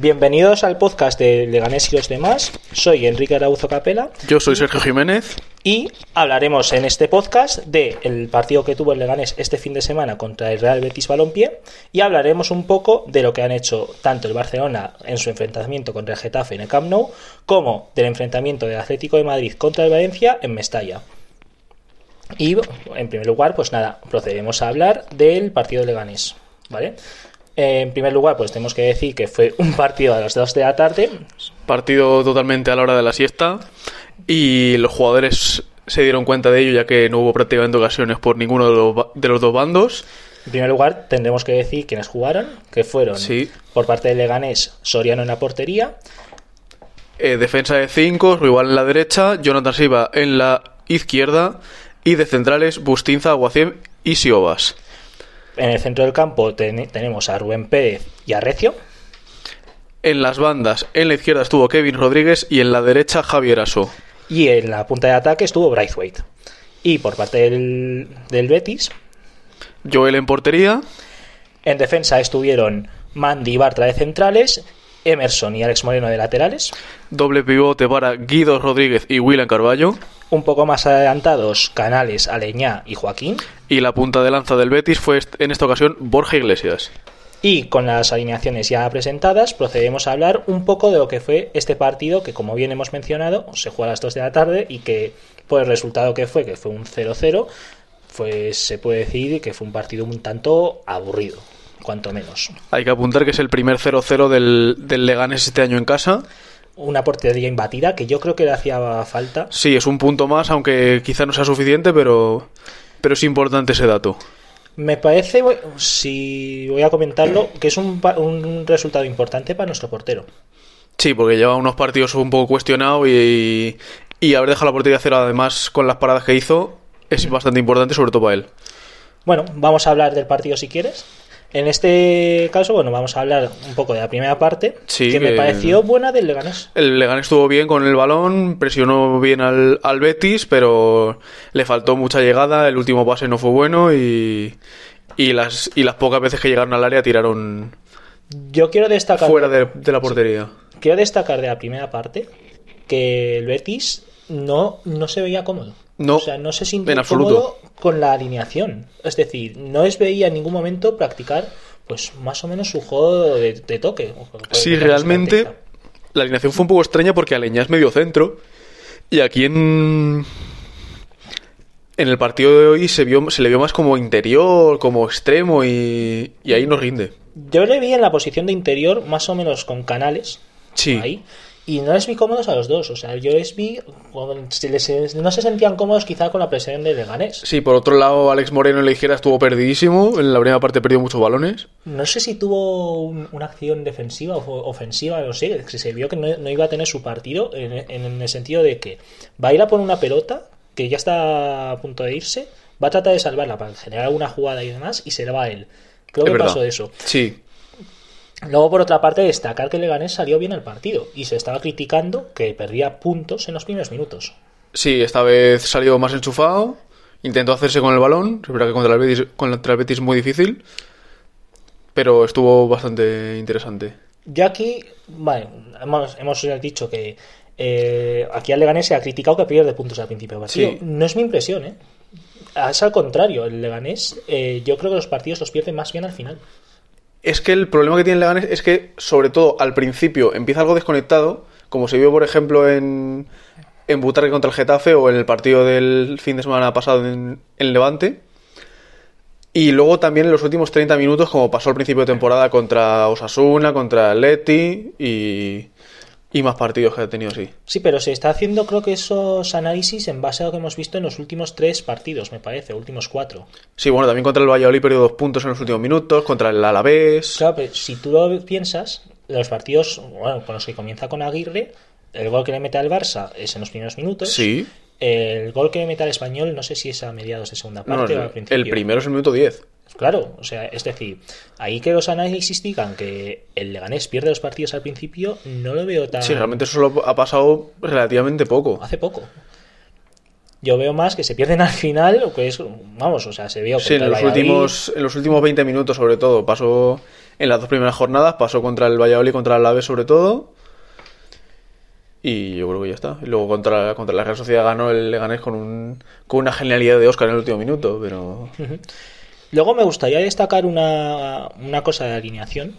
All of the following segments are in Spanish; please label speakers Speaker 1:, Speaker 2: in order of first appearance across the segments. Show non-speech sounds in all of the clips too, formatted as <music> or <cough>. Speaker 1: Bienvenidos al podcast de Leganés y los demás. Soy Enrique Arauzo Capela
Speaker 2: Yo soy Sergio Jiménez.
Speaker 1: y hablaremos en este podcast del partido que tuvo el Leganés este fin de semana contra el Real Betis Balompié y hablaremos un poco de lo que han hecho tanto el Barcelona en su enfrentamiento contra el Getafe en el Camp Nou como del enfrentamiento del Atlético de Madrid contra el Valencia en Mestalla. Y en primer lugar, pues nada, procedemos a hablar del partido de Leganés, ¿vale? Eh, En primer lugar, pues tenemos que decir que fue un partido a las 2 de la tarde,
Speaker 2: Partido totalmente a la hora de la siesta. Y los jugadores se dieron cuenta de ello, ya que no hubo prácticamente ocasiones por ninguno de los, ba- de los dos bandos.
Speaker 1: En primer lugar, tendremos que decir quiénes jugaron, que fueron
Speaker 2: Sí.
Speaker 1: por parte del Leganés Soriano en la portería,
Speaker 2: Eh, defensa de 5, rival en la derecha, Jonathan Silva en la izquierda. Y de centrales, Bustinza, Aguaciem y Siobas.
Speaker 1: en el centro del campo ten- tenemos a Rubén Pérez y a Recio,
Speaker 2: En las bandas, en la izquierda estuvo Kevin Rodríguez y en la derecha Javier Aso.
Speaker 1: y en la punta de ataque estuvo Braithwaite. Y por parte del, del Betis,
Speaker 2: Joel en portería,
Speaker 1: en defensa estuvieron Mandy y Bartra de centrales, Emerson y Alex Moreno de laterales,
Speaker 2: doble pivote para Guido Rodríguez y William Carballo.
Speaker 1: un poco más adelantados Canales, Aleñá y Joaquín,
Speaker 2: Y la punta de lanza del Betis fue est- en esta ocasión Borja Iglesias.
Speaker 1: Y con las alineaciones ya presentadas, procedemos a hablar un poco de lo que fue este partido que, como bien hemos mencionado, se juega a las 2 de la tarde y que, por el resultado que fue, que fue un 0-0, pues se puede decir que fue un partido un tanto aburrido, cuanto menos.
Speaker 2: Hay que apuntar que es el primer 0-0 del, del Leganés este año en casa.
Speaker 1: Una portería imbatida que yo creo que le hacía falta.
Speaker 2: Sí, es un punto más, aunque quizá no sea suficiente, pero, pero es importante ese dato.
Speaker 1: Me parece, si voy a comentarlo, que es un, pa- un resultado importante para nuestro portero.
Speaker 2: Sí, porque lleva unos partidos un poco cuestionado y, y haber dejado la portería cero además con las paradas que hizo es bastante importante, sobre todo para él.
Speaker 1: Bueno, vamos a hablar del partido si quieres. En este caso, bueno, vamos a hablar un poco de la primera parte,
Speaker 2: Sí,
Speaker 1: que me
Speaker 2: que-
Speaker 1: pareció buena del Leganés.
Speaker 2: El Leganés estuvo bien con el balón, presionó bien al, al Betis, pero le faltó mucha llegada, el último pase no fue bueno y, y, las, y las pocas veces que llegaron al área tiraron
Speaker 1: Yo quiero destacar,
Speaker 2: fuera de, de la portería.
Speaker 1: quiero destacar de la primera parte que el Betis no, no se veía cómodo.
Speaker 2: No,
Speaker 1: o sea, no se sintió
Speaker 2: en absoluto.
Speaker 1: cómodo con la alineación. Es decir, no les veía en ningún momento practicar, pues más o menos su juego de, de toque. o- o-
Speaker 2: Sí,
Speaker 1: de toque
Speaker 2: realmente
Speaker 1: caracteriza.
Speaker 2: la alineación fue un poco extraña porque Aleñá es medio centro y aquí en, en el partido de hoy se, vio, se le vio más como interior, como extremo y, y ahí no rinde.
Speaker 1: Yo le vi en la posición de interior, más o menos con canales,
Speaker 2: Sí.
Speaker 1: ahí. Y no les vi cómodos a los dos. O sea, yo les vi. con- se les- no se sentían cómodos quizá con la presión de Leganés.
Speaker 2: Sí, por otro lado, Alex Moreno en la izquierda estuvo perdidísimo. En la primera parte perdió muchos balones.
Speaker 1: No sé si tuvo un- una acción defensiva o ofensiva, no sé. Si se vio que no, no iba a tener su partido en, en el sentido de que baila por una pelota que ya está a punto de irse, va a tratar de salvarla para generar alguna jugada y demás y se la va a él. Creo
Speaker 2: es
Speaker 1: que
Speaker 2: verdad.
Speaker 1: pasó eso.
Speaker 2: Sí.
Speaker 1: Luego, por otra parte, destacar que Leganés salió bien al partido y se estaba criticando que perdía puntos en los primeros minutos.
Speaker 2: Sí, esta vez salió más enchufado. Intentó hacerse con el balón. Es verdad que contra el Betis, contra el Betis es muy difícil. Pero estuvo bastante interesante.
Speaker 1: Yo aquí, vale, hemos, hemos dicho que eh, aquí al Leganés se ha criticado que pierde puntos al principio del partido.
Speaker 2: Sí.
Speaker 1: No es mi impresión, ¿eh? Es al contrario, el Leganés, eh, yo creo que los partidos los pierde más bien al final.
Speaker 2: Es que el problema que tiene el Leganés es que, sobre todo al principio, empieza algo desconectado. Como se vio, por ejemplo, en, en Butarque contra el Getafe o en el partido del fin de semana pasado en, en Levante. Y luego también en los últimos 30 minutos, como pasó al principio de temporada contra Osasuna, contra Leti y, y más partidos que ha tenido así.
Speaker 1: Sí, pero se está haciendo, creo que esos análisis en base a lo que hemos visto en los últimos tres partidos, me parece, últimos cuatro.
Speaker 2: Sí, bueno, también contra el Valladolid perdió dos puntos en los últimos minutos, contra el Alavés.
Speaker 1: Claro, pero si tú lo piensas, los partidos, bueno, con los que comienza con Aguirre, el gol que le mete al Barça es en los primeros minutos.
Speaker 2: Sí,
Speaker 1: El gol que le mete al Español, no sé si es a mediados de segunda
Speaker 2: No, no,
Speaker 1: parte o al principio.
Speaker 2: el primero es el minuto 10.
Speaker 1: Claro, o sea, es decir, ahí que los análisis digan que el Leganés pierde los partidos al principio, no lo veo tan...
Speaker 2: Sí, realmente eso solo ha pasado relativamente poco.
Speaker 1: Hace poco. Yo veo más que se pierden al final, o que es... Vamos, o sea, se vio...
Speaker 2: Sí,
Speaker 1: contra
Speaker 2: en los,
Speaker 1: el Valladolid.
Speaker 2: últimos, en los últimos 20 minutos sobre todo pasó en las dos primeras jornadas. Pasó contra el Valladolid, contra el Alavés sobre todo. Y yo creo que ya está. Y luego contra, contra la Real Sociedad ganó el Leganés con, un, con una genialidad de Oscar en el último minuto, pero...
Speaker 1: Luego me gustaría destacar una, una cosa de alineación.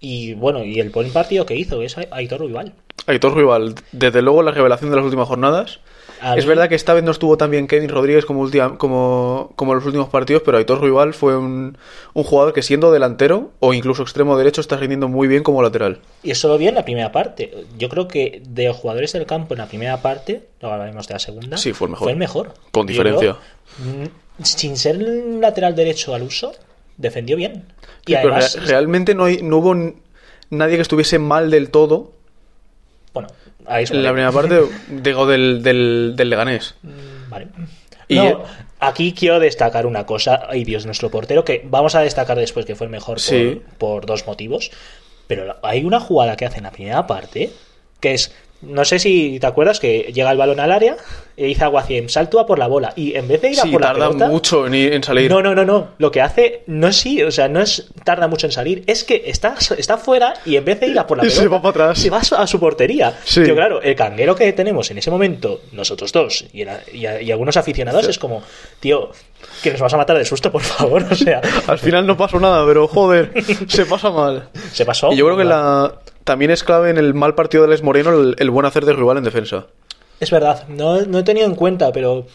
Speaker 1: Y bueno, y el buen partido que hizo es Aitor Ruibal.
Speaker 2: Aitor Ruibal, desde luego la revelación de las últimas jornadas.
Speaker 1: A
Speaker 2: Es
Speaker 1: mí-
Speaker 2: verdad que esta vez no estuvo tan bien Kevin Rodríguez como, última- como, como en los últimos partidos, pero Aitor Ruibal fue un, un jugador que siendo delantero o incluso extremo derecho está rindiendo muy bien como lateral.
Speaker 1: Y eso lo vi en la primera parte. Yo creo que de los jugadores del campo en la primera parte, luego hablaremos de la segunda.
Speaker 2: Sí, fue el mejor.
Speaker 1: Fue el mejor.
Speaker 2: Con
Speaker 1: Yo
Speaker 2: diferencia.
Speaker 1: creo, mm, sin ser un lateral derecho al uso, defendió bien. Y
Speaker 2: Sí, pero
Speaker 1: además,
Speaker 2: rea- realmente no, hay, no hubo n- nadie que estuviese mal del todo
Speaker 1: bueno, ahí es
Speaker 2: en la
Speaker 1: vale.
Speaker 2: primera parte
Speaker 1: <laughs>
Speaker 2: digo, del, del, del Leganés.
Speaker 1: Vale.
Speaker 2: Y-
Speaker 1: No, Mm. aquí quiero destacar una cosa. Ay Dios, nuestro portero, que vamos a destacar después que fue el mejor por,
Speaker 2: Sí.
Speaker 1: por dos motivos. Pero la- hay una jugada que hace en la primera parte, que es, no sé si te acuerdas, que llega el balón al área e dice Aguacien, salto a por la bola. Y en vez de ir a
Speaker 2: Sí,
Speaker 1: por la
Speaker 2: tarda
Speaker 1: pelota...
Speaker 2: mucho en, ir- en salir.
Speaker 1: No, no, no, no. Lo que hace, no es sí, o sea, no es tarda mucho en salir. Es que está, está fuera y en vez de ir a por la
Speaker 2: <laughs> Y
Speaker 1: pelota,
Speaker 2: se va para atrás.
Speaker 1: se va a su, a su portería.
Speaker 2: Sí.
Speaker 1: Tío, claro, el canguero que tenemos en ese momento, nosotros dos y, el- y a- y algunos aficionados, es como, tío, que nos vas a matar de susto, por favor. <laughs> O sea,
Speaker 2: Al final no pasó nada,
Speaker 1: <laughs>
Speaker 2: pero joder, se pasa mal.
Speaker 1: se pasó.
Speaker 2: Y yo creo que
Speaker 1: ¿verdad?
Speaker 2: la, también es clave en el mal partido de Alex Moreno el, el buen hacer de rival en defensa.
Speaker 1: Es verdad, no, no he tenido en cuenta, pero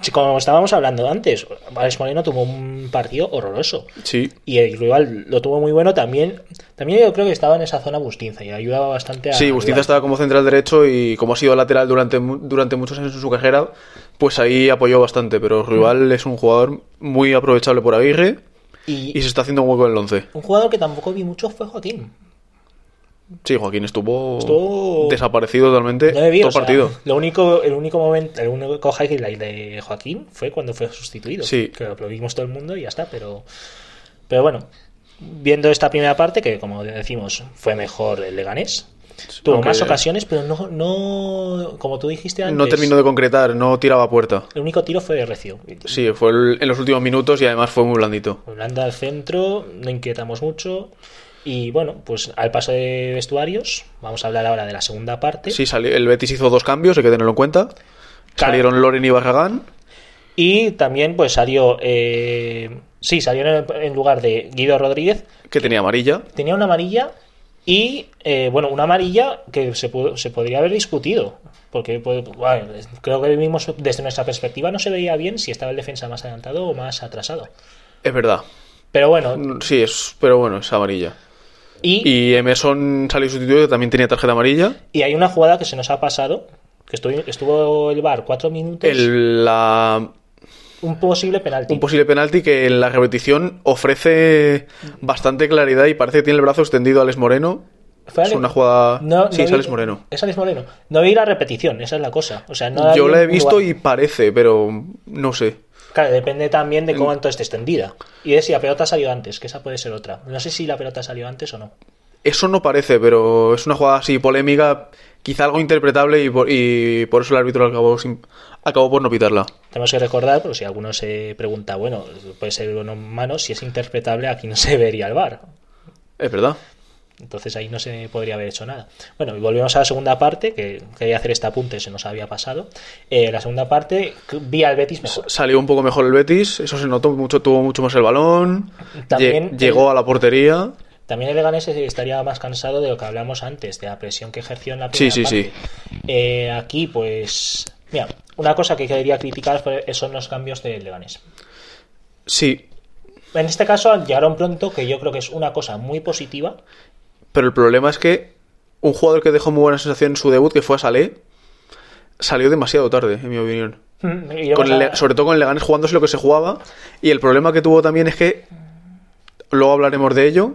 Speaker 1: si- como estábamos hablando antes, Alex Moreno tuvo un partido horroroso.
Speaker 2: Sí.
Speaker 1: Y el rival lo tuvo muy bueno también. También yo creo que estaba en esa zona Bustinza y ayudaba bastante a.
Speaker 2: Sí, Bustinza
Speaker 1: estaba
Speaker 2: estaba como central derecho y como ha sido lateral durante, mu- durante muchos años en su carrera, pues ahí apoyó bastante. Pero Rival es un jugador muy aprovechable por Aguirre
Speaker 1: Y,
Speaker 2: y se está haciendo un hueco en el 11.
Speaker 1: un jugador que tampoco vi mucho fue Joaquín.
Speaker 2: Sí, Joaquín estuvo,
Speaker 1: Estuvo-
Speaker 2: desaparecido totalmente
Speaker 1: No le vi, o
Speaker 2: todo el
Speaker 1: sea,
Speaker 2: partido.
Speaker 1: Lo único, el único momento, el único highlight de Joaquín fue cuando fue sustituido.
Speaker 2: Sí.
Speaker 1: Que lo vimos todo el mundo y ya está, pero. Pero bueno, viendo esta primera parte, que como decimos, fue mejor el Leganés. Tuvo
Speaker 2: Aunque
Speaker 1: más ocasiones, pero no, no. Como tú dijiste antes.
Speaker 2: No terminó de concretar, no tiraba a puerta.
Speaker 1: El único tiro fue de recio.
Speaker 2: Sí, fue el- en los últimos minutos y además fue muy blandito.
Speaker 1: Holanda al centro, no inquietamos mucho. Y bueno, pues al paso de vestuarios, vamos a hablar ahora de la segunda parte.
Speaker 2: Sí, sali- el Betis hizo dos cambios, hay que tenerlo en cuenta. Salieron Loren y Barragán.
Speaker 1: Y también pues salió, eh, sí, salió en, en lugar de Guido Rodríguez,
Speaker 2: que tenía amarilla.
Speaker 1: tenía una amarilla y, eh, bueno, una amarilla que se, pu- se podría haber discutido. Porque pues, bueno, creo que vimos desde nuestra perspectiva no se veía bien si estaba el defensa más adelantado o más atrasado.
Speaker 2: Es verdad.
Speaker 1: Pero bueno,
Speaker 2: Mm, Sí, es, pero bueno, es amarilla.
Speaker 1: y
Speaker 2: Y Emerson salió sustituido, que también tenía tarjeta amarilla.
Speaker 1: Y hay una jugada que se nos ha pasado, que estuvo, estuvo el bar cuatro minutos,
Speaker 2: El- la-
Speaker 1: un posible penalti.
Speaker 2: un posible penalti que en la repetición ofrece bastante claridad y parece que tiene el brazo extendido a Alex Moreno.
Speaker 1: Fue
Speaker 2: Es
Speaker 1: Ale-
Speaker 2: una jugada...
Speaker 1: No,
Speaker 2: sí,
Speaker 1: no
Speaker 2: es
Speaker 1: vi-
Speaker 2: Alex Moreno.
Speaker 1: Es Alex Moreno. No vi la repetición, esa es la cosa. O sea, no
Speaker 2: Yo
Speaker 1: vi
Speaker 2: la he
Speaker 1: un
Speaker 2: visto
Speaker 1: lugar.
Speaker 2: y parece, pero no sé.
Speaker 1: Claro, depende también de cuánto esté extendida. Y es si la pelota salió antes, que esa puede ser otra. No sé si la pelota salió antes o no.
Speaker 2: Eso no parece, pero es una jugada así polémica, quizá algo interpretable y por, y por eso el árbitro acabó, sin- acabó por no pitarla.
Speaker 1: Tenemos que recordar, por si alguno se pregunta, bueno, puede ser o no mano, si es interpretable, aquí no se vería el bar.
Speaker 2: Es verdad.
Speaker 1: Entonces ahí no se podría haber hecho nada. Bueno, y volvemos a la segunda parte, que quería hacer este apunte, se nos había pasado. Eh, la segunda parte, c- vi al Betis mejor.
Speaker 2: Salió un poco mejor el Betis, eso se notó mucho, tuvo mucho más el balón,
Speaker 1: También-
Speaker 2: lle- llegó a la portería.
Speaker 1: También el Leganés estaría más cansado de lo que hablamos antes, de la presión que ejerció en la
Speaker 2: Sí,
Speaker 1: primera
Speaker 2: sí,
Speaker 1: parte.
Speaker 2: sí.
Speaker 1: Eh, aquí, pues... Mira, una cosa que quería criticar fue- son los cambios del Leganés.
Speaker 2: Sí,
Speaker 1: En este caso llegaron pronto, que yo creo que es una cosa muy positiva. <laughs>
Speaker 2: pero el problema es que un jugador que dejó muy buena sensación en su debut, que fue a Salé, salió demasiado tarde, en mi opinión.
Speaker 1: Y
Speaker 2: Con
Speaker 1: vamos
Speaker 2: el
Speaker 1: a-
Speaker 2: Le- sobre todo con el Leganés jugándose lo que se jugaba. Y el problema que tuvo también es que, luego hablaremos de ello,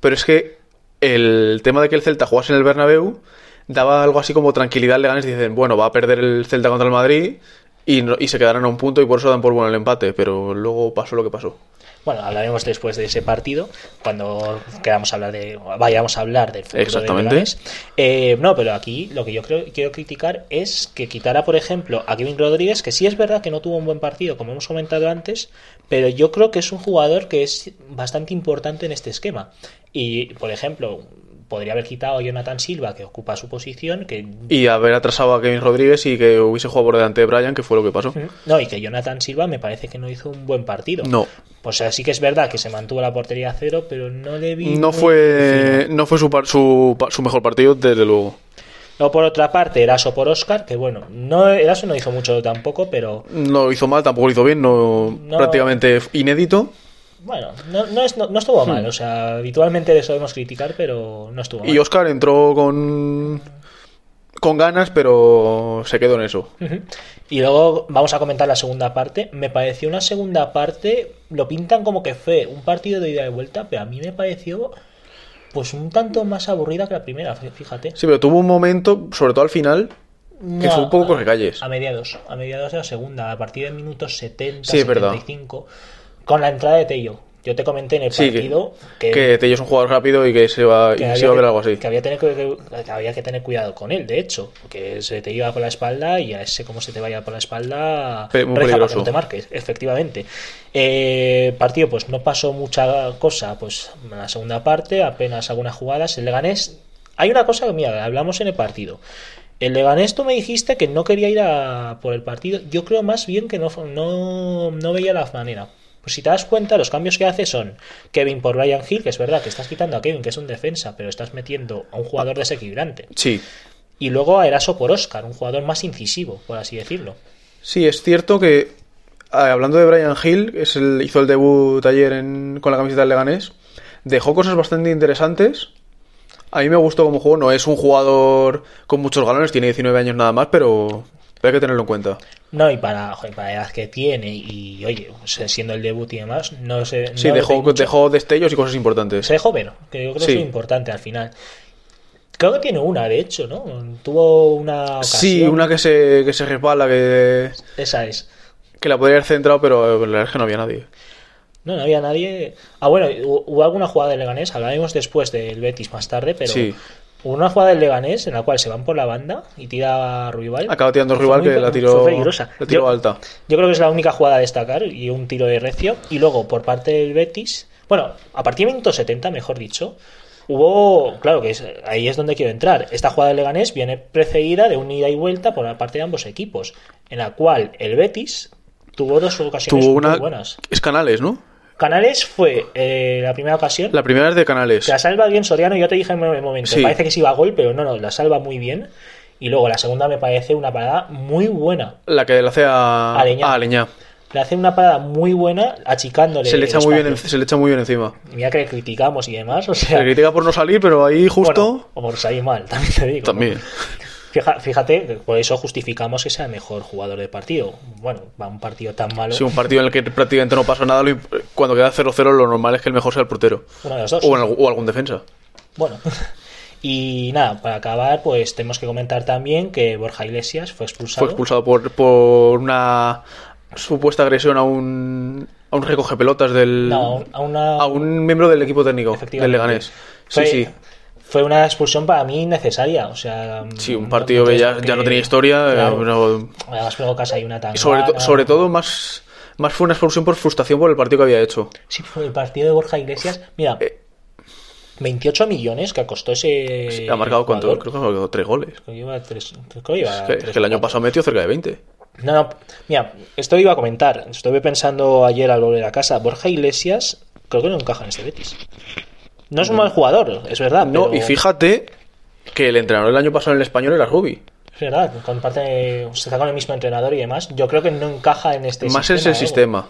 Speaker 2: pero es que el tema de que el Celta jugase en el Bernabéu daba algo así como tranquilidad al Leganés. Dicen, bueno, va a perder el Celta contra el Madrid y, no- y se quedarán a un punto y por eso dan por bueno el empate. Pero luego pasó lo que pasó.
Speaker 1: Bueno, hablaremos después de ese partido, cuando queramos hablar de, vayamos a hablar del futuro
Speaker 2: Exactamente.
Speaker 1: del Leganés. Eh, no, pero aquí lo que yo creo, quiero criticar es que quitara, por ejemplo, a Kevin Rodríguez, que sí es verdad que no tuvo un buen partido, como hemos comentado antes, pero yo creo que es un jugador que es bastante importante en este esquema. Y, por ejemplo, podría haber quitado a Jonathan Silva, que ocupa su posición, que...
Speaker 2: Y haber atrasado a Kevin Rodríguez y que hubiese jugado por delante de Bryan, que fue lo que pasó.
Speaker 1: No, y que Jonathan Silva me parece que no hizo un buen partido.
Speaker 2: No.
Speaker 1: Pues sí que es verdad que se mantuvo la portería a cero, pero no le vi...
Speaker 2: No
Speaker 1: muy-
Speaker 2: fue, no fue su, par- su, pa- su mejor partido, desde luego.
Speaker 1: No, por otra parte, Eraso por Oscar, que bueno, no Eraso no hizo mucho tampoco, pero
Speaker 2: No lo hizo mal, tampoco lo hizo bien, no,
Speaker 1: No.
Speaker 2: prácticamente inédito.
Speaker 1: bueno, no, no, es- no- no estuvo mal. O sea, habitualmente le solemos criticar, pero no eh. estuvo mal.
Speaker 2: Hmm. Y Oscar entró con, con ganas, pero se quedó en eso.
Speaker 1: Ujú. Y luego vamos a comentar la segunda parte. Me pareció una segunda parte, lo pintan como que fue un partido de ida y vuelta, pero a mí me pareció pues un tanto más aburrida que la primera, fí- fíjate.
Speaker 2: Sí, pero tuvo un momento, sobre todo al final, que
Speaker 1: No,
Speaker 2: fue un poco
Speaker 1: a-
Speaker 2: correcalles.
Speaker 1: A mediados, a mediados de la segunda, a partir del minuto 70,
Speaker 2: Sí, es verdad.
Speaker 1: 75, con la entrada de Tello. Yo te comenté en el
Speaker 2: Sí, que-
Speaker 1: partido que,
Speaker 2: Que Tello es un jugador rápido y que se va, y
Speaker 1: que
Speaker 2: se
Speaker 1: había
Speaker 2: iba a ver
Speaker 1: que-
Speaker 2: algo así.
Speaker 1: que había, tener que, que había que tener cuidado con él, de hecho, porque se te iba por la espalda y a ese como se te vaya por la espalda,
Speaker 2: Pe-
Speaker 1: reza para
Speaker 2: muy
Speaker 1: que
Speaker 2: peligroso.
Speaker 1: no te marques, efectivamente. Eh, partido, pues no pasó mucha cosa, pues en la segunda parte, apenas algunas jugadas. El Leganés, hay una cosa que, mira, hablamos en el partido. El Leganés, tú me dijiste que no quería ir a por el partido. Yo creo más bien que no, no, no veía la manera. Pues si te das cuenta, los cambios que hace son Kevin por Brian Hill, que es verdad que estás quitando a Kevin, que es un defensa, pero estás metiendo a un jugador desequilibrante.
Speaker 2: Sí.
Speaker 1: Y luego a Eraso por Oscar, un jugador más incisivo, por así decirlo.
Speaker 2: Sí, es cierto que ah, hablando de Brian Hill, que es el, hizo el debut ayer en- con la camiseta del Leganés, dejó cosas bastante interesantes. A mí me gustó como juego, no es un jugador con muchos galones, tiene 19 años nada más, pero hay que tenerlo en cuenta.
Speaker 1: No, y para, joder, para la edad que tiene, y oye, o sea, siendo el debut y demás, no sé.
Speaker 2: Sí,
Speaker 1: no le
Speaker 2: dejó,
Speaker 1: pedí mucho.
Speaker 2: dejó destellos y cosas importantes.
Speaker 1: Se dejó ver, que yo creo que
Speaker 2: Sí.
Speaker 1: es lo importante al final. Creo que tiene una, de hecho, ¿no? Tuvo una. Ocasión,
Speaker 2: Sí, una que se, que se resbala, que,
Speaker 1: Esa es.
Speaker 2: que la podría haber centrado, pero eh, la verdad es que no había nadie.
Speaker 1: No, no había nadie. Ah, bueno, hu- hubo alguna jugada del Leganés, hablaremos después del Betis más tarde, pero
Speaker 2: Sí.
Speaker 1: hubo una jugada del Leganés en la cual se van por la banda y tira a Ruibal.
Speaker 2: Acaba tirando el
Speaker 1: Fue
Speaker 2: rival
Speaker 1: muy
Speaker 2: que
Speaker 1: pe-
Speaker 2: la tiró,
Speaker 1: fue peligrosa.
Speaker 2: la tiró
Speaker 1: Yo-
Speaker 2: alta.
Speaker 1: Yo creo que es la única jugada a destacar y un tiro de recio. Y luego, por parte del Betis, bueno, a partir de minuto 70, mejor dicho, hubo, claro que es, ahí es donde quiero entrar. Esta jugada del Leganés viene precedida de un ida y vuelta por la parte de ambos equipos, en la cual el Betis tuvo dos ocasiones
Speaker 2: Tuvo
Speaker 1: muy
Speaker 2: una...
Speaker 1: buenas.
Speaker 2: Es Canales, ¿no?
Speaker 1: Canales fue eh, la primera ocasión.
Speaker 2: La primera es de Canales.
Speaker 1: Que La salva bien Soriano, yo te dije en el momento,
Speaker 2: Sí.
Speaker 1: parece que se iba a gol, pero no, no, la salva muy bien. Y luego la segunda me parece una parada muy buena.
Speaker 2: La que le hace a,
Speaker 1: A Leñá.
Speaker 2: a Leñá.
Speaker 1: Le hace una parada muy buena, achicándole.
Speaker 2: Se le,
Speaker 1: el
Speaker 2: echa muy bien, en-
Speaker 1: espacio.
Speaker 2: se le echa muy bien encima.
Speaker 1: Mira que le criticamos y demás, o
Speaker 2: Se
Speaker 1: sea.
Speaker 2: le critica por no salir, pero ahí justo
Speaker 1: bueno, o por salir mal, <laughs> también te digo. ¿no?
Speaker 2: también.
Speaker 1: Fija- Fíjate, que por eso justificamos que sea el mejor jugador del partido. Bueno, va un partido tan malo.
Speaker 2: Si un partido en el que prácticamente no pasa nada, lo imp- cuando queda 0-0 lo normal es que el mejor sea el portero.
Speaker 1: Uno de los dos.
Speaker 2: O, en algu- o algún defensa.
Speaker 1: Bueno. <laughs> Y nada, para acabar, pues tenemos que comentar también que Borja Iglesias fue expulsado.
Speaker 2: Fue expulsado por, por una supuesta agresión a un, a un recoge pelotas del...
Speaker 1: No, a una.
Speaker 2: a un miembro del equipo técnico del
Speaker 1: Efectivamente.
Speaker 2: Leganés. Ah, Sí,
Speaker 1: Fue,
Speaker 2: sí.
Speaker 1: Fue una expulsión para mí innecesaria. O sea,
Speaker 2: Sí, un
Speaker 1: no-
Speaker 2: partido
Speaker 1: no
Speaker 2: que
Speaker 1: tienes
Speaker 2: ya,
Speaker 1: por
Speaker 2: ya no
Speaker 1: qué-
Speaker 2: tenía historia. eh,
Speaker 1: Claro.
Speaker 2: no-
Speaker 1: Además, provocas ahí una tangana.
Speaker 2: sobre, to- sobre todo, más, más fue una expulsión por frustración por el partido que había hecho.
Speaker 1: Sí, fue el partido de Borja Iglesias. Mira,
Speaker 2: Eh.
Speaker 1: 28 millones que costó ese.
Speaker 2: Sí, ha marcado cuánto?
Speaker 1: jugador.
Speaker 2: Creo que ha marcado tres goles.
Speaker 1: Creo que lleva tres- creo que lleva
Speaker 2: Es que, es
Speaker 1: tres
Speaker 2: que el año
Speaker 1: cuatro.
Speaker 2: pasado metió cerca de 20.
Speaker 1: No, no, mira, esto iba a comentar. Estuve pensando ayer al volver a casa. Borja Iglesias, creo que no encaja en este Betis. No es un mal jugador, es verdad.
Speaker 2: No,
Speaker 1: pero-
Speaker 2: y fíjate que el entrenador del año pasado en el español era Rubi.
Speaker 1: Es verdad, comparte, se está con el mismo entrenador y demás. Yo creo que no encaja en este
Speaker 2: Más es el
Speaker 1: ¿eh?
Speaker 2: sistema.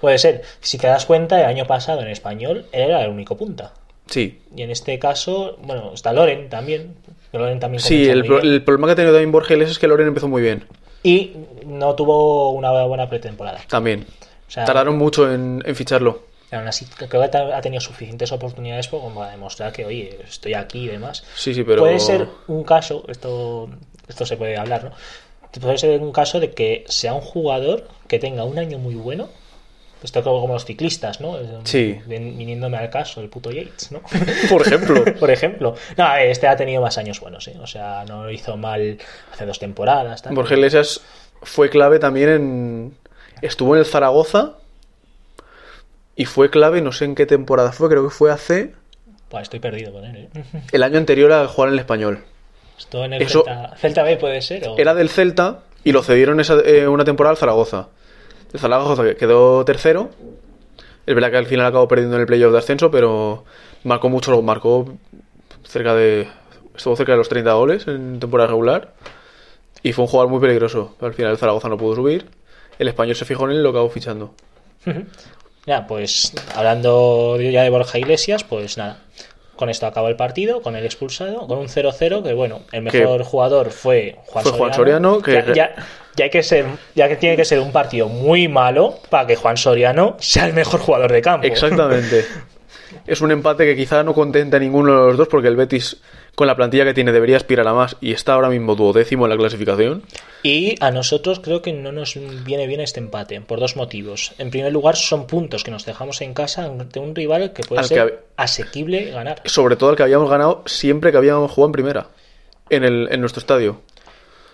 Speaker 1: Puede ser. Si te das cuenta, el año pasado en español él era el único punta.
Speaker 2: Sí.
Speaker 1: Y en este caso, bueno, está Loren también. Loren también
Speaker 2: Sí,
Speaker 1: comenzó
Speaker 2: el,
Speaker 1: muy
Speaker 2: pro-
Speaker 1: bien.
Speaker 2: el problema que ha tenido también Borges es que Loren empezó muy bien.
Speaker 1: Y no tuvo una buena pretemporada.
Speaker 2: También.
Speaker 1: O sea,
Speaker 2: Tardaron mucho en, en ficharlo.
Speaker 1: aún así, creo que ta- ha tenido suficientes oportunidades por- como para demostrar que, oye, estoy aquí y demás.
Speaker 2: Sí, sí, pero.
Speaker 1: Puede ser un caso, esto, esto se puede hablar, ¿no? Puede ser un caso de que sea un jugador que tenga un año muy bueno. Pues Esto como, como los ciclistas, ¿no?
Speaker 2: Sí.
Speaker 1: Ven- Viniéndome al caso, el puto Yates,
Speaker 2: <laughs>
Speaker 1: ¿no?
Speaker 2: <laughs> Por ejemplo.
Speaker 1: <laughs> Por ejemplo. No, a ver, este ha tenido más años buenos, ¿eh? O sea, no lo hizo mal hace dos temporadas. tal.
Speaker 2: Borges Iglesias fue clave también en. Estuvo en el Zaragoza Y fue clave, no sé en qué temporada fue, creo que fue hace
Speaker 1: Buah, estoy perdido con él. ¿eh? <laughs>
Speaker 2: el año anterior a jugar en el español.
Speaker 1: Esto en el
Speaker 2: Eso-
Speaker 1: Celta, Celta B puede ser. ¿o?
Speaker 2: Era del Celta y lo cedieron esa, eh, una temporada al Zaragoza. El Zaragoza quedó tercero. Es verdad que al final acabó perdiendo en el playoff de ascenso, pero marcó mucho, marcó cerca de. Estuvo cerca de los 30 goles en temporada regular. Y fue un jugador muy peligroso. Pero al final el Zaragoza no pudo subir. El español se fijó en él y lo acabó fichando.
Speaker 1: Ya, pues hablando de- ya de Borja Iglesias, pues nada. Con esto acabó el partido, con el expulsado, con un 0-0, que bueno, el
Speaker 2: Que-
Speaker 1: mejor jugador fue Juan
Speaker 2: fue
Speaker 1: Soriano.
Speaker 2: Juan Soriano,
Speaker 1: Ya,
Speaker 2: que-
Speaker 1: ya- ya hay que ser, ya que tiene que ser un partido muy malo para que Juan Soriano sea el mejor jugador de campo.
Speaker 2: Exactamente. es un empate que quizá no contenta a ninguno de los dos porque el Betis, con la plantilla que tiene, debería aspirar a más y está ahora mismo duodécimo en la clasificación.
Speaker 1: Y a nosotros creo que no nos viene bien este empate, por dos motivos. En primer lugar, son puntos que nos dejamos en casa ante un rival que puede
Speaker 2: Al que
Speaker 1: ser
Speaker 2: hab-
Speaker 1: asequible ganar.
Speaker 2: sobre todo el que habíamos ganado siempre que habíamos jugado en primera, en, el, en nuestro estadio.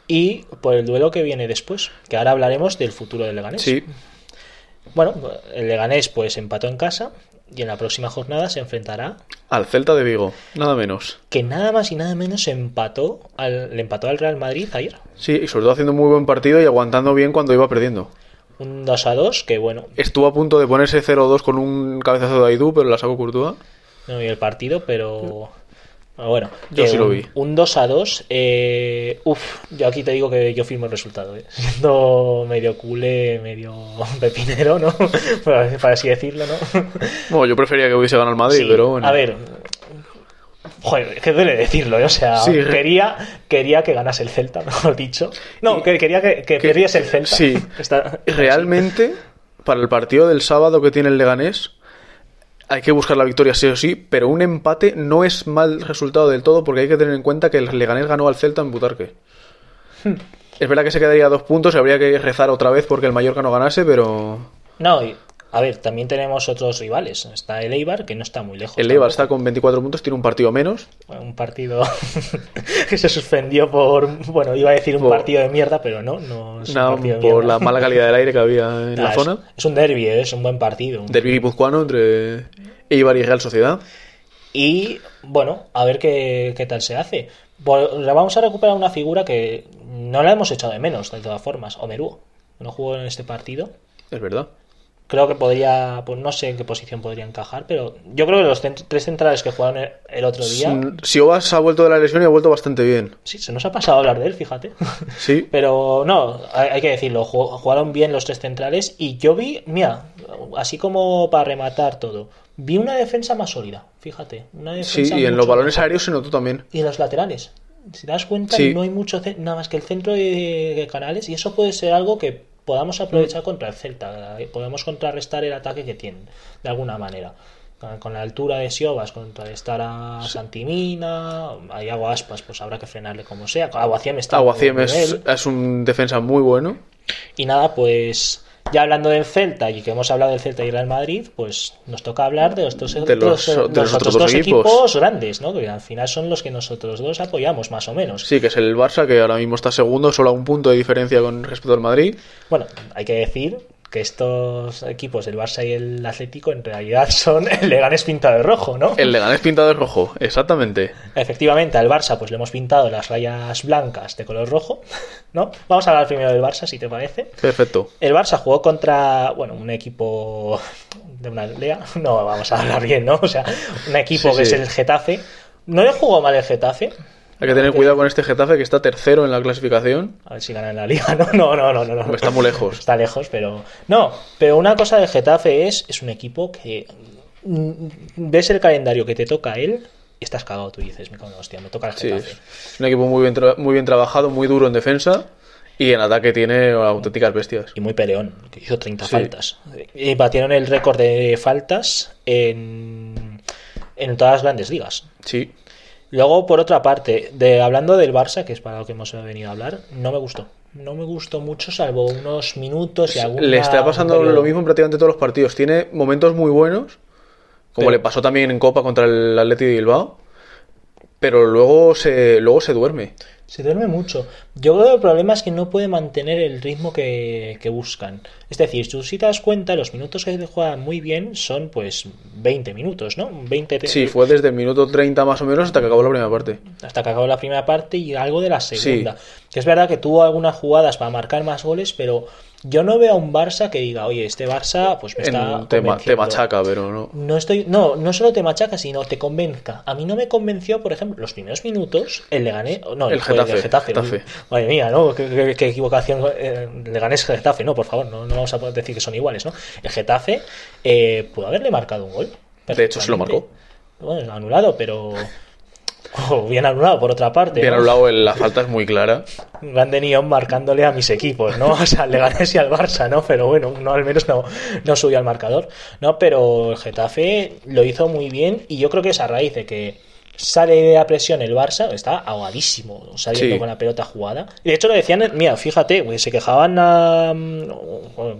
Speaker 1: Y por el duelo que viene después, que ahora hablaremos del futuro del Leganés.
Speaker 2: Sí,
Speaker 1: Bueno, el Leganés pues empató en casa y en la próxima jornada se enfrentará
Speaker 2: al Celta de Vigo, nada menos.
Speaker 1: que nada más y nada menos empató al, le empató al Real Madrid ayer.
Speaker 2: Sí, y sobre todo haciendo muy buen partido y aguantando bien cuando iba perdiendo.
Speaker 1: Un 2 a 2 que bueno,
Speaker 2: Estuvo a punto de ponerse 0-2 con un cabezazo de Aidú, pero la sacó Courtois.
Speaker 1: no vi el partido, pero pero bueno,
Speaker 2: Yo sí
Speaker 1: un,
Speaker 2: lo vi.
Speaker 1: Un 2 a 2, eh, uff, yo aquí te digo que yo firmo el resultado, eh. siendo medio culé, medio <laughs> pepinero, ¿no? <laughs> Para para así decirlo,
Speaker 2: <laughs>
Speaker 1: ¿no?
Speaker 2: Bueno, yo prefería que hubiese ganado el Madrid,
Speaker 1: Sí,
Speaker 2: pero bueno.
Speaker 1: A ver. Joder, es que duele decirlo, ¿eh? o sea,
Speaker 2: Sí.
Speaker 1: quería, quería que ganase el Celta, <laughs> mejor dicho. No, que quería que, que perdiese el Celta.
Speaker 2: sí.
Speaker 1: Está-
Speaker 2: Realmente, para el partido del sábado que tiene el Leganés, hay que buscar la victoria sí o sí, pero un empate no es mal resultado del todo porque hay que tener en cuenta que el Leganés ganó al Celta en Butarque.
Speaker 1: Hmm.
Speaker 2: Es verdad que se quedaría a dos puntos y habría que rezar otra vez porque el Mallorca no ganase, pero
Speaker 1: No, y- a ver, también tenemos otros rivales. Está el Eibar, que no está muy lejos.
Speaker 2: el Eibar está con 24 puntos, tiene un partido menos.
Speaker 1: tampoco. Un partido <laughs> que se suspendió por. Bueno, iba a decir un
Speaker 2: Por-
Speaker 1: partido de mierda, pero no, no es un
Speaker 2: Nada,
Speaker 1: partido de
Speaker 2: por
Speaker 1: mierda. <laughs>
Speaker 2: la mala calidad del aire que había en
Speaker 1: Nada,
Speaker 2: la
Speaker 1: es-
Speaker 2: zona.
Speaker 1: Es, un derby, ¿eh? es un buen partido. un
Speaker 2: Derbi guipuzcoano entre Eibar y Real Sociedad.
Speaker 1: Y bueno, a ver qué, qué tal se hace. Vol- la Vamos a recuperar una figura que no la hemos echado de menos, de todas formas. Omeruo. No jugó en este partido.
Speaker 2: Es verdad.
Speaker 1: Creo que podría, pues no sé en qué posición podría encajar, pero yo creo que los cent- tres centrales que jugaron el, el otro día.
Speaker 2: Si Obas ha vuelto de la lesión y ha vuelto bastante bien.
Speaker 1: Sí, se nos ha pasado hablar de él, fíjate. <laughs>
Speaker 2: Sí,
Speaker 1: Pero no, hay, hay que decirlo, ju- jugaron bien los tres centrales y yo vi, mira, así como para rematar todo, vi una defensa más sólida, fíjate. Una
Speaker 2: sí,
Speaker 1: defensa
Speaker 2: y en los
Speaker 1: mucho
Speaker 2: balones aéreos se notó también.
Speaker 1: y en los laterales. Si te das cuenta,
Speaker 2: Sí.
Speaker 1: no hay mucho ce- nada más que el centro de, de canales y eso puede ser algo que podamos
Speaker 2: Mm.
Speaker 1: aprovechar contra el Celta, eh, podemos contrarrestar el ataque que tienen de alguna manera. Con- Con la altura de Siobas, contrarrestar a Santimina, a Iago Aspas, pues habrá que frenarle como sea. Aguaciem está. a buen
Speaker 2: Aguaciem es,
Speaker 1: nivel.
Speaker 2: es un defensa muy bueno.
Speaker 1: Y nada, pues ya hablando del Celta y que hemos hablado del Celta y Real Madrid, pues nos toca hablar de los, dos,
Speaker 2: De los- de los otros dos equipos.
Speaker 1: grandes, ¿no? Que al final son los que nosotros dos apoyamos más o menos.
Speaker 2: Sí, que es el Barça, que ahora mismo está segundo, solo a un punto de diferencia con respecto al Madrid.
Speaker 1: Bueno, hay que decir que estos equipos, el Barça y el Atlético, en realidad <laughs> son el Leganés pintado de rojo, ¿no?
Speaker 2: El Leganés pintado de rojo, exactamente.
Speaker 1: Efectivamente, al Barça pues le hemos pintado las rayas blancas de color rojo, <laughs> ¿no? Vamos a hablar primero del Barça, si te parece.
Speaker 2: Perfecto.
Speaker 1: El Barça jugó contra, bueno, un equipo de una aldea. No, vamos a hablar bien, ¿no? O sea, un equipo
Speaker 2: Sí,
Speaker 1: que
Speaker 2: sí.
Speaker 1: es el Getafe. No le jugó mal el Getafe.
Speaker 2: Hay que tener cuidado con este Getafe, que está tercero en la clasificación.
Speaker 1: A ver si ganan la liga. No, no, no, no, no. no.
Speaker 2: Está muy lejos.
Speaker 1: Está lejos, pero. No, pero una cosa del Getafe es, es un equipo que. mm, Ves el calendario que te toca a él y estás cagado. Tú dices, me cago en la hostia, me toca el
Speaker 2: Sí,
Speaker 1: Getafe.
Speaker 2: es un equipo muy bien, tra- muy bien trabajado, muy duro en defensa. Y en ataque tiene auténticas bestias.
Speaker 1: Y muy peleón, que hizo 30
Speaker 2: Sí.
Speaker 1: faltas. Y batieron el récord de faltas en, en todas las grandes ligas.
Speaker 2: Sí.
Speaker 1: Luego, por otra parte, de, hablando del Barça, que es para lo que hemos venido a hablar, no me gustó. No me gustó mucho, salvo unos minutos y alguna...
Speaker 2: Le está pasando
Speaker 1: un periodo.
Speaker 2: lo mismo en prácticamente todos los partidos. Tiene momentos muy buenos, como
Speaker 1: Pero-
Speaker 2: le pasó también en Copa contra el Atleti de Bilbao. Pero luego se, luego se duerme.
Speaker 1: Se duerme mucho. Yo creo que el problema es que no puede mantener el ritmo que, que buscan. Es decir, tú si te das cuenta, los minutos que juegan muy bien son pues 20 minutos, ¿no? 20
Speaker 2: Sí, fue desde el minuto 30 más o menos hasta que acabó la primera parte.
Speaker 1: Hasta que acabó la primera parte y algo de la segunda. Sí. Que es verdad que tuvo algunas jugadas para marcar más goles, pero yo no veo a un Barça que diga, oye, este Barça pues me está.
Speaker 2: Te, ma te, machaca, pero no.
Speaker 1: No, estoy, no. no solo te machaca, sino te convenzca. A mí no me convenció, por ejemplo, los primeros minutos, el Leganés. No, el, el Getafe. El Getafe. Getafe. Madre mía, ¿no? Qué, qué, qué equivocación. El Leganés Getafe, no, por favor, no, no, vamos a decir que son iguales, ¿no? El Getafe eh, pudo haberle marcado un gol.
Speaker 2: De hecho, se lo marcó.
Speaker 1: Bueno, anulado, pero. <laughs> Oh, bien anulado, por otra parte.
Speaker 2: Bien anulado, la falta es muy clara.
Speaker 1: Grande Neon marcándole a mis equipos, ¿no? <laughs> O sea, al Leganés y al Barça, ¿no? Pero bueno, no, al menos no, no subió al marcador, ¿no? Pero el Getafe lo hizo muy bien y yo creo que es a raíz de que sale de la presión el Barça, está ahogadísimo saliendo sí. con la pelota jugada. Y de hecho lo decían, mira, fíjate, pues, se quejaban a mm,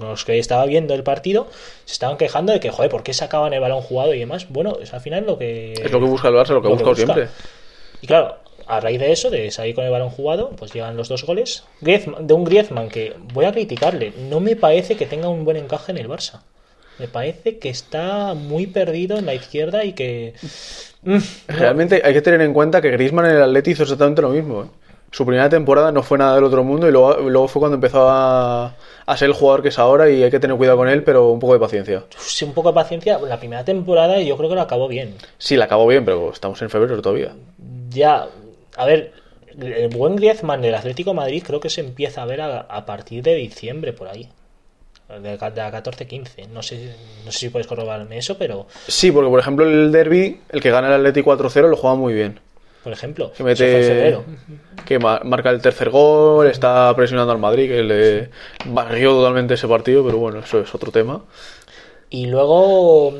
Speaker 1: los que estaba viendo el partido, se estaban quejando de que, joder, ¿por qué sacaban el balón jugado y demás? Bueno, es al final lo que...
Speaker 2: Es lo que busca el Barça, lo que, lo busca, busca siempre.
Speaker 1: Y claro, a raíz de eso, de salir con el balón jugado, pues llegan los dos goles. Griezmann, de un Griezmann que voy a criticarle, no me parece que tenga un buen encaje en el Barça. Me parece que está muy perdido en la izquierda y que.
Speaker 2: Realmente hay que tener en cuenta que Griezmann en el Atleti hizo exactamente lo mismo. ¿eh? Su primera temporada no fue nada del otro mundo y luego, luego fue cuando empezó a, a, ser el jugador que es ahora y hay que tener cuidado con él, pero un poco de paciencia.
Speaker 1: Sí, un poco de paciencia. La primera temporada yo creo que la acabó bien.
Speaker 2: Sí, la acabó bien, pero estamos en febrero todavía.
Speaker 1: Ya, a ver, el buen Griezmann del Atlético de Madrid creo que se empieza a ver a, a partir de diciembre por ahí de la 14-15. No sé, no sé si puedes corroborarme eso, pero.
Speaker 2: Sí, porque por ejemplo el derby, el que gana el Atleti 4-0, lo juega muy bien.
Speaker 1: Por ejemplo,
Speaker 2: que, mete, que marca el tercer gol, está presionando al Madrid, que le barrió totalmente ese partido, pero bueno, eso es otro tema.
Speaker 1: Y luego,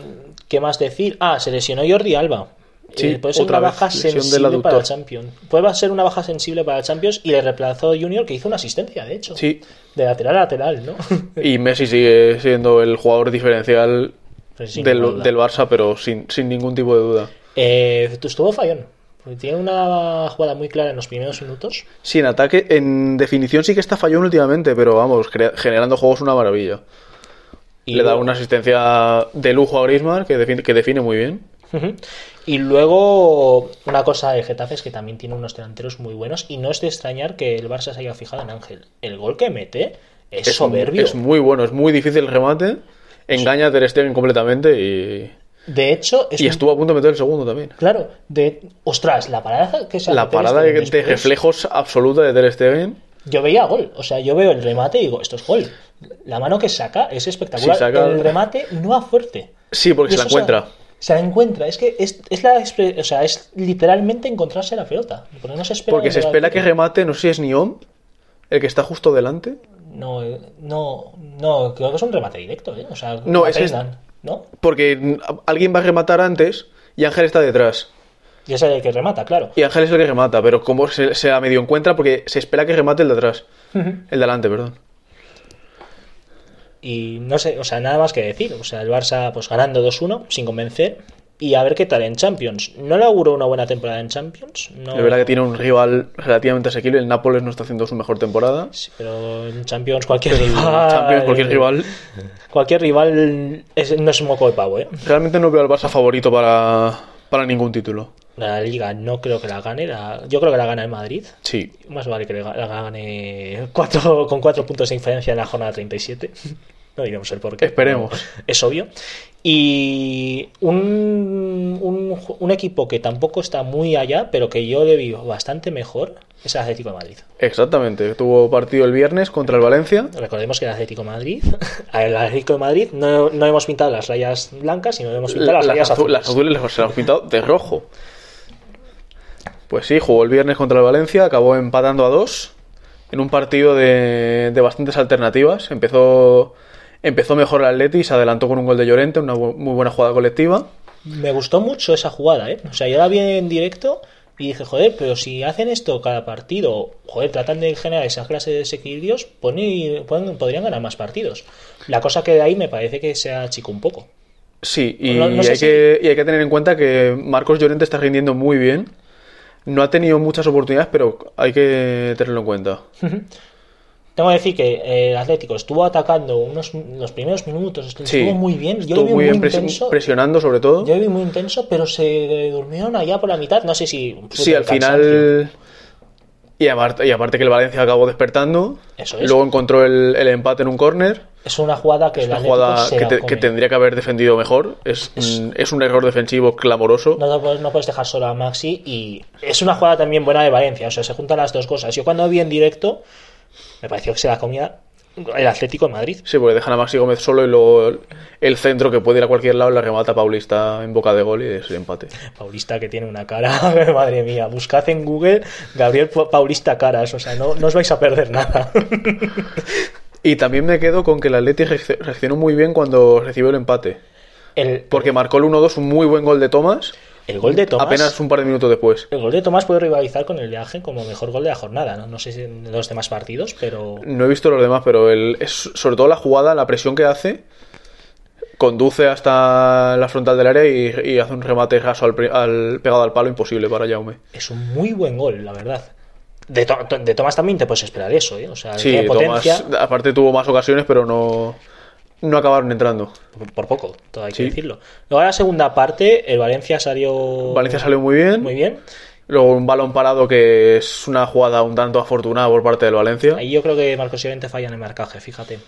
Speaker 1: ¿qué más decir? Ah, se lesionó Jordi Alba. Sí, eh, puede ser una baja sensible para el Champions. Puede ser una baja sensible para el Champions y le reemplazó Junior que hizo una asistencia, de hecho.
Speaker 2: Sí.
Speaker 1: De lateral a lateral,
Speaker 2: <laughs>
Speaker 1: ¿no?
Speaker 2: y Messi sigue siendo el jugador diferencial del, del, Barça, pero sin, sin, ningún tipo de duda.
Speaker 1: Eh, estuvo fallón. Tiene una jugada muy clara en los primeros minutos.
Speaker 2: Sí, en ataque, en definición sí que está fallón últimamente, pero vamos, generando juegos una maravilla. Y Le luego... da
Speaker 1: <laughs>
Speaker 2: una asistencia de lujo a Griezmann, que define, que define muy bien.
Speaker 1: Uh -huh. Y luego, una cosa del Getafe es que también tiene unos delanteros muy buenos. Y no es de extrañar que el Barça se haya fijado en Ángel. El gol que mete es, es soberbio.
Speaker 2: es muy bueno, es muy difícil el remate. Engaña a Ter Stegen completamente y.
Speaker 1: De hecho,
Speaker 2: es y un... estuvo a punto de meter el segundo también.
Speaker 1: Claro, de. Ostras, la parada que se
Speaker 2: La parada de, de, reflejos absoluta de Ter Stegen.
Speaker 1: Yo veía gol, o sea, yo veo el remate y digo, esto es gol. La mano que saca es espectacular. Sí, saca... El remate no va fuerte.
Speaker 2: Sí, porque y se la encuentra.
Speaker 1: Sea se la encuentra. Es que es, es la, o sea, es literalmente encontrarse la pelota. Porque, no se espera,
Speaker 2: porque se espera que remate, no sé si es Niom, el que está justo delante.
Speaker 1: No, no, no, creo que es un remate directo. ¿eh? O sea,
Speaker 2: no, es, es
Speaker 1: ¿no?
Speaker 2: Porque alguien va a rematar antes y Ángel está detrás.
Speaker 1: Y es el que remata, claro.
Speaker 2: Y Ángel es el que remata, pero como se, se la medio encuentra porque se espera que remate el de atrás.
Speaker 1: <laughs>
Speaker 2: Uh -huh. El de delante, perdón
Speaker 1: y no sé, o sea, nada más que decir. O sea, el Barça pues ganando 2-1, sin convencer. Y a ver qué tal en Champions. No le auguro una buena temporada en Champions. No...
Speaker 2: La verdad que tiene un rival relativamente asequible. El Nápoles no está haciendo su mejor temporada.
Speaker 1: Sí, pero en Champions cualquier rival.
Speaker 2: Champions, cualquier rival.
Speaker 1: Cualquier rival es, no es un moco de pavo, ¿eh?
Speaker 2: Realmente no veo al Barça favorito para, para ningún título.
Speaker 1: La liga no creo que la gane. La... yo creo que la gana el Madrid.
Speaker 2: Sí.
Speaker 1: Más vale que la gane cuatro, con cuatro puntos de diferencia en la jornada 37. <laughs> No diremos el porqué.
Speaker 2: Esperemos.
Speaker 1: <laughs> Es obvio. Y un, un, un, equipo que tampoco está muy allá, pero que yo le vi bastante mejor, es el Atlético de Madrid.
Speaker 2: Exactamente. Tuvo partido el viernes contra el Valencia.
Speaker 1: Recordemos que el Atlético de Madrid, <laughs> el Atlético de Madrid, no, no hemos pintado las rayas blancas, sino hemos pintado las,
Speaker 2: las
Speaker 1: rayas
Speaker 2: azul,
Speaker 1: azules.
Speaker 2: Las azules las hemos pintado de rojo. Pues sí, jugó el viernes contra el Valencia, acabó empatando a dos en un partido de, de bastantes alternativas. Empezó, empezó mejor el Atleti, se adelantó con un gol de Llorente, una bu muy buena jugada colectiva.
Speaker 1: Me gustó mucho esa jugada, ¿eh? O sea, yo la vi en directo y dije, joder, pero si hacen esto cada partido, joder, tratan de generar esa clase de desequilibrios, ponen, pueden, podrían ganar más partidos. La cosa que de ahí me parece que se chico un poco.
Speaker 2: Sí, y, no, no sé hay si... que, y hay que tener en cuenta que Marcos Llorente está rindiendo muy bien no ha tenido muchas oportunidades, pero hay que tenerlo en cuenta.
Speaker 1: Tengo que decir que eh, el Atlético estuvo atacando unos, los primeros minutos, estuvo
Speaker 2: Sí.
Speaker 1: muy bien. Yo lo
Speaker 2: Estuvo
Speaker 1: vi muy,
Speaker 2: muy bien presi-
Speaker 1: intenso.
Speaker 2: presionando, sobre todo.
Speaker 1: Yo lo vi muy intenso, pero se durmieron allá por la mitad. No sé si. fue
Speaker 2: Sí,
Speaker 1: por
Speaker 2: al
Speaker 1: cansancio.
Speaker 2: final. Y aparte, y aparte que el Valencia acabó despertando.
Speaker 1: Eso es.
Speaker 2: Luego encontró el, el empate en un córner.
Speaker 1: Es una jugada que el
Speaker 2: Una
Speaker 1: Atlético
Speaker 2: jugada
Speaker 1: se
Speaker 2: que,
Speaker 1: la
Speaker 2: te-
Speaker 1: come.
Speaker 2: que tendría que haber defendido mejor. Es, mm, es un error defensivo clamoroso.
Speaker 1: No, te puedes, no puedes dejar solo a Maxi y es una jugada también buena de Valencia, o sea, se juntan las dos cosas. Yo cuando vi en directo, me pareció que se la comía el Atlético de Madrid.
Speaker 2: Sí, porque dejan a Maxi Gómez solo y luego el- el centro que puede ir a cualquier lado la remata Paulista en boca de gol y es el empate.
Speaker 1: Paulista que tiene una cara, <laughs> madre mía, buscad en Google Gabriel Pa- Paulista caras, o sea, no, no os vais a perder nada. <laughs>
Speaker 2: Y también me quedo con que el Atleti reacc- reaccionó muy bien cuando recibió el empate.
Speaker 1: El,
Speaker 2: Porque marcó el 1-2 un muy buen gol de Tomás,
Speaker 1: el gol de Tomás...
Speaker 2: apenas un par de minutos después.
Speaker 1: El gol de Tomás puede rivalizar con el de Ángel como mejor gol de la jornada, ¿no? No sé si en los demás partidos, pero...
Speaker 2: No he visto los demás, pero el, es, sobre todo la jugada, la presión que hace, conduce hasta la frontal del área y, y hace un remate raso al, pri- al- pegado al palo imposible para Jaume.
Speaker 1: Es un muy buen gol, la verdad. De, To- de Tomás también te puedes esperar eso, ¿eh? O sea,
Speaker 2: Sí,
Speaker 1: tiene potencia
Speaker 2: Tomás, aparte tuvo más ocasiones, pero no, no acabaron entrando.
Speaker 1: por poco, todo hay que
Speaker 2: Sí.
Speaker 1: decirlo. Luego en la segunda parte, el Valencia salió
Speaker 2: Valencia salió muy bien.
Speaker 1: muy bien.
Speaker 2: Luego un balón parado que es una jugada un tanto afortunada por parte del Valencia.
Speaker 1: Ahí yo creo que Marcos Llorente falla en el marcaje, fíjate.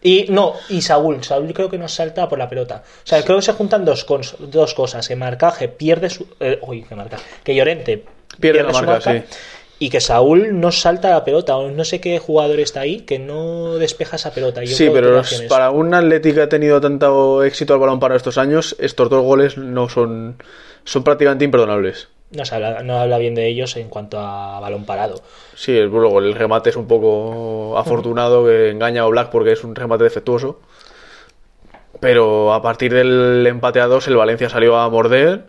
Speaker 1: Y no, y Saúl, Saúl creo que nos salta por la pelota. O sea, creo que se juntan dos, cons- dos cosas, que marcaje pierde su... eh, uy, que marcaje, que Llorente
Speaker 2: Pierde la marca, sí.
Speaker 1: Y que Saúl no salta la pelota, o no sé qué jugador está ahí que no despeja esa pelota. Yo
Speaker 2: Sí,
Speaker 1: creo que
Speaker 2: pero
Speaker 1: hacen eso.
Speaker 2: para un Atlético que ha tenido tanto éxito al balón parado estos años, estos dos goles no son, son prácticamente imperdonables.
Speaker 1: No, se habla, no habla bien de ellos en cuanto a balón parado.
Speaker 2: Sí, el, luego el remate es un poco afortunado que engaña a Black porque es un remate defectuoso. Pero a partir del empate a dos, el Valencia salió a morder.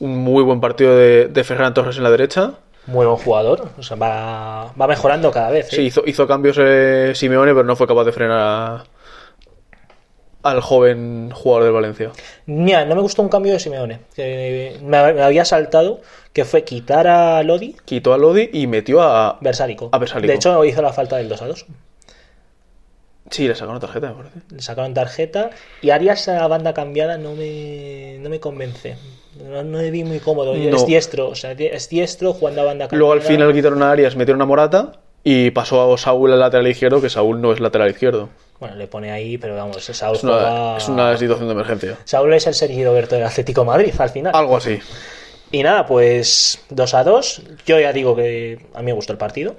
Speaker 2: Un muy buen partido de, de Ferran Torres en la derecha.
Speaker 1: Muy buen jugador, o sea, va, va mejorando cada vez. ¿eh?
Speaker 2: Sí, hizo, hizo cambios eh, Simeone, pero no fue capaz de frenar a- al joven jugador del Valencia.
Speaker 1: Mira, no me gustó un cambio de Simeone. que me, me había saltado que fue quitar a Lodi,
Speaker 2: Quitó a Lodi y metió a...
Speaker 1: Versálico.
Speaker 2: A Bersálico.
Speaker 1: De hecho, hizo la falta del 2 a 2.
Speaker 2: Sí, le sacaron tarjeta, me parece.
Speaker 1: Le sacaron tarjeta y Arias a la banda cambiada no me, no me convence. No, no le vi muy cómodo. y Es
Speaker 2: No.
Speaker 1: diestro, o sea, es diestro jugando a banda cambiada.
Speaker 2: Luego al final quitaron a Arias, metieron a Morata y pasó a Saúl al lateral izquierdo, que Saúl no es lateral izquierdo.
Speaker 1: Bueno, le pone ahí, pero vamos, Saúl,
Speaker 2: Es una,
Speaker 1: juega-
Speaker 2: es una situación de emergencia.
Speaker 1: Saúl es el Sergio Roberto del Atlético de Madrid al final.
Speaker 2: Algo así.
Speaker 1: Y nada, pues 2 a 2. Yo ya digo que a mí me gustó el partido.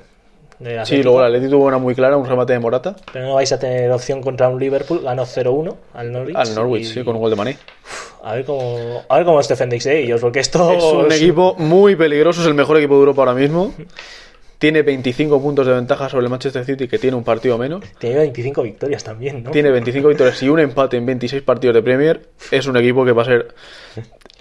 Speaker 1: del
Speaker 2: Sí,
Speaker 1: Atlético,
Speaker 2: luego el Atleti tuvo una muy clara, un remate de Morata
Speaker 1: Pero no vais a tener opción contra un Liverpool. Ganó 0-1 al Norwich.
Speaker 2: al Norwich,
Speaker 1: y-
Speaker 2: sí, con un gol de Mané.
Speaker 1: a, ver cómo, a ver cómo os defendéis de ellos, porque esto
Speaker 2: Es un equipo muy peligroso, es el mejor equipo de Europa ahora mismo. Tiene 25 puntos de ventaja sobre el Manchester City, que tiene un partido menos.
Speaker 1: Tiene 25 victorias también, ¿no?
Speaker 2: Tiene 25 victorias y un empate en 26 partidos de Premier. Es un equipo que va a ser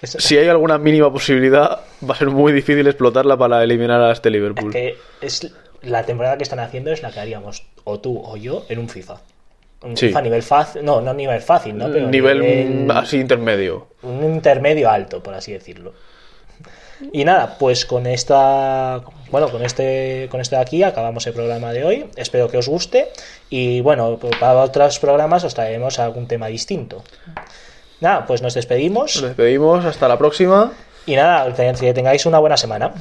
Speaker 1: Es-
Speaker 2: si hay alguna mínima posibilidad, va a ser muy difícil explotarla para eliminar a este Liverpool.
Speaker 1: que es la temporada que están haciendo es la que haríamos o tú o yo en un FIFA. Un
Speaker 2: Sí.
Speaker 1: FIFA a nivel fácil, no, no nivel fácil, ¿no? Pero
Speaker 2: nivel mm, así intermedio.
Speaker 1: un intermedio alto, por así decirlo. Y nada, pues con esta bueno, con este con esto de aquí acabamos el programa de hoy. Espero que os guste y bueno, pues para otros programas os traeremos algún tema distinto. Nada, pues nos
Speaker 2: Nos
Speaker 1: despedimos
Speaker 2: despedimos, hasta la próxima.
Speaker 1: y nada, que tengáis una buena semana.